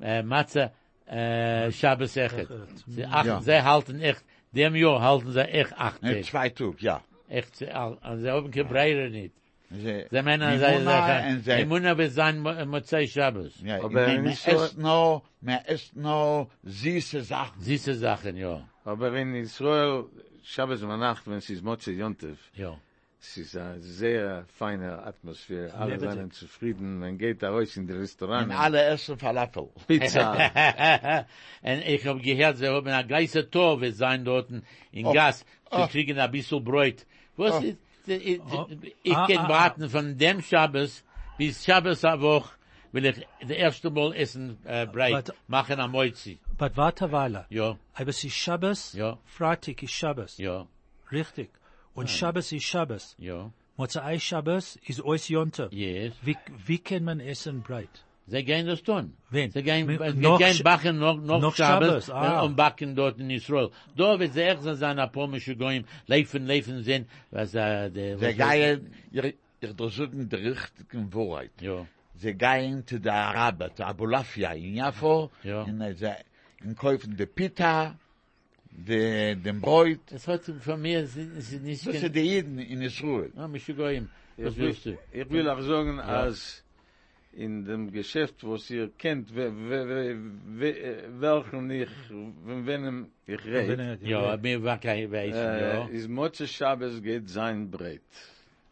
äh, Matze, äh, Schabbos echt. Sie achten,
Ja.
sie halten echt, dem Jahr halten sie echt acht
Ne,
Tage.
zwei Tug, ja.
Echt, sie, al- also sie haben keine Breire nicht.
Sie
Sie meinen, sie,
Mimuna und
sie,
sie-
sie, Immune wird sein Mo- äh, Motzei Schabbos.
Ja,
Aber
ich meine,
in
man
Israel-
isst nur, man isst nur süße Sachen.
Süße Sachen, ja,
Aber in Israel, Shabbos und Nacht, wenn es ist Motze Yontev,
ja.
es ist eine sehr feine Atmosphäre. Alle
Lebedeck.
sind zufrieden. Man geht da raus in die Restaurant.
Und alle essen Falafel.
Pizza.
Und ich hab gehört, sie haben ein gleiches Tor, wir sein dort in
Oh.
Gas, sie
Oh.
kriegen ein bisschen Bräut. Was ist, ich,
Oh.
ich
Ah,
kann
ah,
warten von dem Schabbos bis Schabbos a Woche, will ich das erste Mal essen äh, Breit,
Warte.
machen am Moizzi.
but warte Weiler.
Ja,
Aber es ist Shabbos,
Ja.
Freitag ist Shabbos.
ja,
Richtig. Und Shabbos ist Shabbos.
ja,
Motzei Shabbos ist ois Jonte.
yes.
Wie, wie kann man essen breit?
Sie gehen das tun.
Wen?
Sie gehen,
Mit-
sie
noch
gehen
Sch-
backen noch, noch,
noch
Schabes
Schabes, ah.
und backen dort in Israel. Da wird sie echt so sein, ein pomische Goyim, leifen, leifen sehen, was, äh, der,
Sie
was-
gehen, ihr, ihr drücken die richtigen Wahrheit.
Ja.
Sie gehen zu der Araber, zu Abulafia in Jaffo,
Ja.
und äh, sie und kaufen die Pita, die, den Bräut.
Das hat von mir, es ist es ist nicht,
Das sind die Jeden in Israel.
Ah, mich goyim. Was
Ich will-
willst du?
Ich will auch sagen, als in dem Geschäft, wo ihr kennt, we- we- we- we- äh, welchen ich, von wem ich rede,
Ja, mir war kein Weißen, ja.
äh, ist Motze Shabbos geht sein Breit.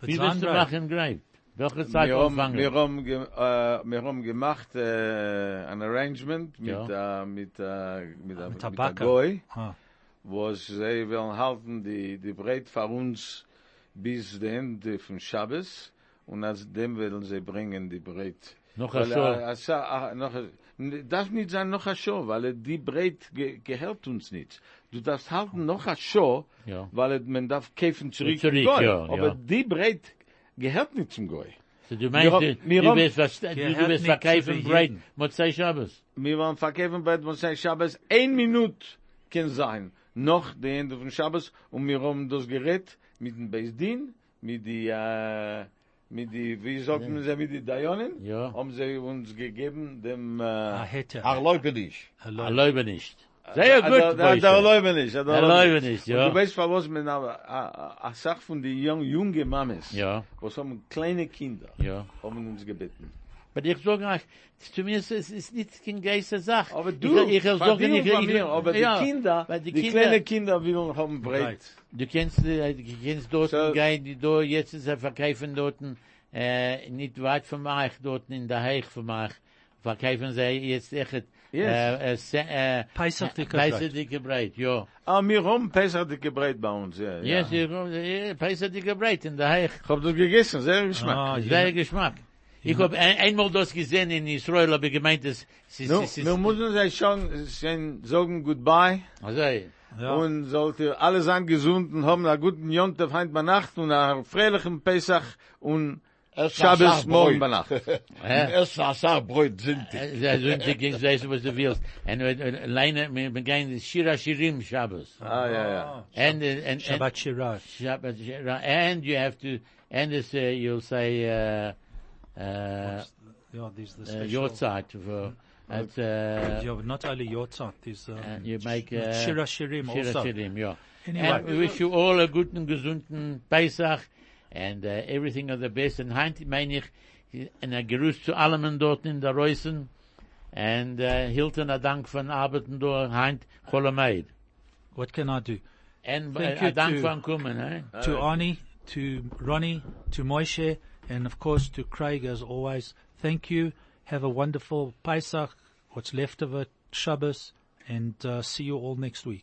Wie willst du machen, Greif? Welche Zeit
Wir haben,
anfangen?
wir haben, ge- äh, wir haben gemacht äh, ein Arrangement mit, äh, mit, äh, mit, der-
Mit
mit,
der
der
Backe.
Goy,
Ah,
wo sie wollen halten die, die Breit für uns bis zum Ende von Shabbos und als dem werden sie bringen die Breit.
Noch
Weil,
ein Show.
äh, es, äh, noch ein- N- darf nicht sein noch ein Show, weil äh, die Breit ge gehört uns nicht. Du darfst halten noch ein Show,
Ja.
weil äh, man darf kämpfen zurück, zum
Zurück,
Goy.
ja,
Aber
ja.
die Breit gehört nicht zum Goy.
So, du meinst,
wir
du,
haben- wir
du
haben-
wirst was, du, du
Gehört
wirst
nicht zu
verkaufen
den
Breit,
Juden.
Motzei Shabbos.
Wir waren verkaufen bei Mosei Shabbos, ein Minute kann sein, noch der Ende von Shabbos, und wir haben das Gerät mit dem Beis Din, mit die, äh, mit die, wie sagt man sie, mit die Dayonen,
Ja.
haben sie uns gegeben, dem, äh,
ah, hätte.
Arleubelisch.
Hallo.
Erlaube Ah, nicht. Sehr gut,
äh, Da, da, da
Moshe.
läuft nicht, da
Erläuben
läuft
nicht,
Und
ja.
Du weißt, von was man aber, a, a, a Sach von die jung, junge Mames,
Ja.
was haben kleine Kinder,
Ja.
haben uns gebeten.
Aber ich sage euch, zu mir ist es ist nicht keine gleiche Sache.
Aber du,
ich, ich, will
von
sagen,
dir und
ich, ich,
von mir, aber
ja,
die Kinder,
weil
die,
die Kinder-
kleine Kinder wollen haben Breit.
Breit.
Du kennst, äh, du kennst dort
So-
gehen, die do, jetzt ist er verkaufen dort, äh, nicht weit von euch, dort in der Heich von euch, verkaufen sie jetzt echt
Yes.
äh, äh, äh,
Pesach dicke
Pesach
Brot.
dicke Brot, ja.
Ah, mir haben Pesach dicke Breit bei uns, ja. ja.
Yes, you go, eh, Pesach dicke Brot in der Heich.
Ich hab das gegessen, sehr Geschmack.
Ah, you
Sehr Geschmack. Ich hab ein, einmal das gesehen in Israel, hab ich gemeint, es es-
Nu,
es- es-
wir müssen sie schon, schon sagen Goodbye.
Also, äh,
Ja.
Und sollte alle sein gesund und haben einen guten Jontef heint bei Nacht und einen freilichen Pesach und
Es
Shabbos morgen bei Nacht.
eh,
Es war Saarbrot, sind die.
Ze sind die gegen Zeiss, was du willst. Und alleine, wir beginnen Shira Shirim Shabbos.
Ah, ja, ja.
And, uh, and, and,
Shabbat Shirah.
Shabbat Shira. And you have to, and it's, uh, you'll say, uh, uh,
Yeah, there's the
uh,
special.
Yortzeit for, at, uh,
Yeah, but not only Yotzat, there's uh,
you make, uh,
Shira Shirim
Shira
also.
Shirim, yeah.
Anyway.
And we wish you all a guten, gesunden Pesach and uh, everything of the best. And Heint, meine ich, ein Gruß zu allem dort in der Reusen and uh, Hilton a Dank von Arbeiten dort, Heint, Cholomeid.
What can I do?
And
Thank
uh,
you
a Dank
too.
von Kommen, eh?
to Arnie, to Ronnie, to Moishe, and of course to Craig as always. Thank you. Have a wonderful Pesach, what's left of it, Shabbos, and uh, see you all next week.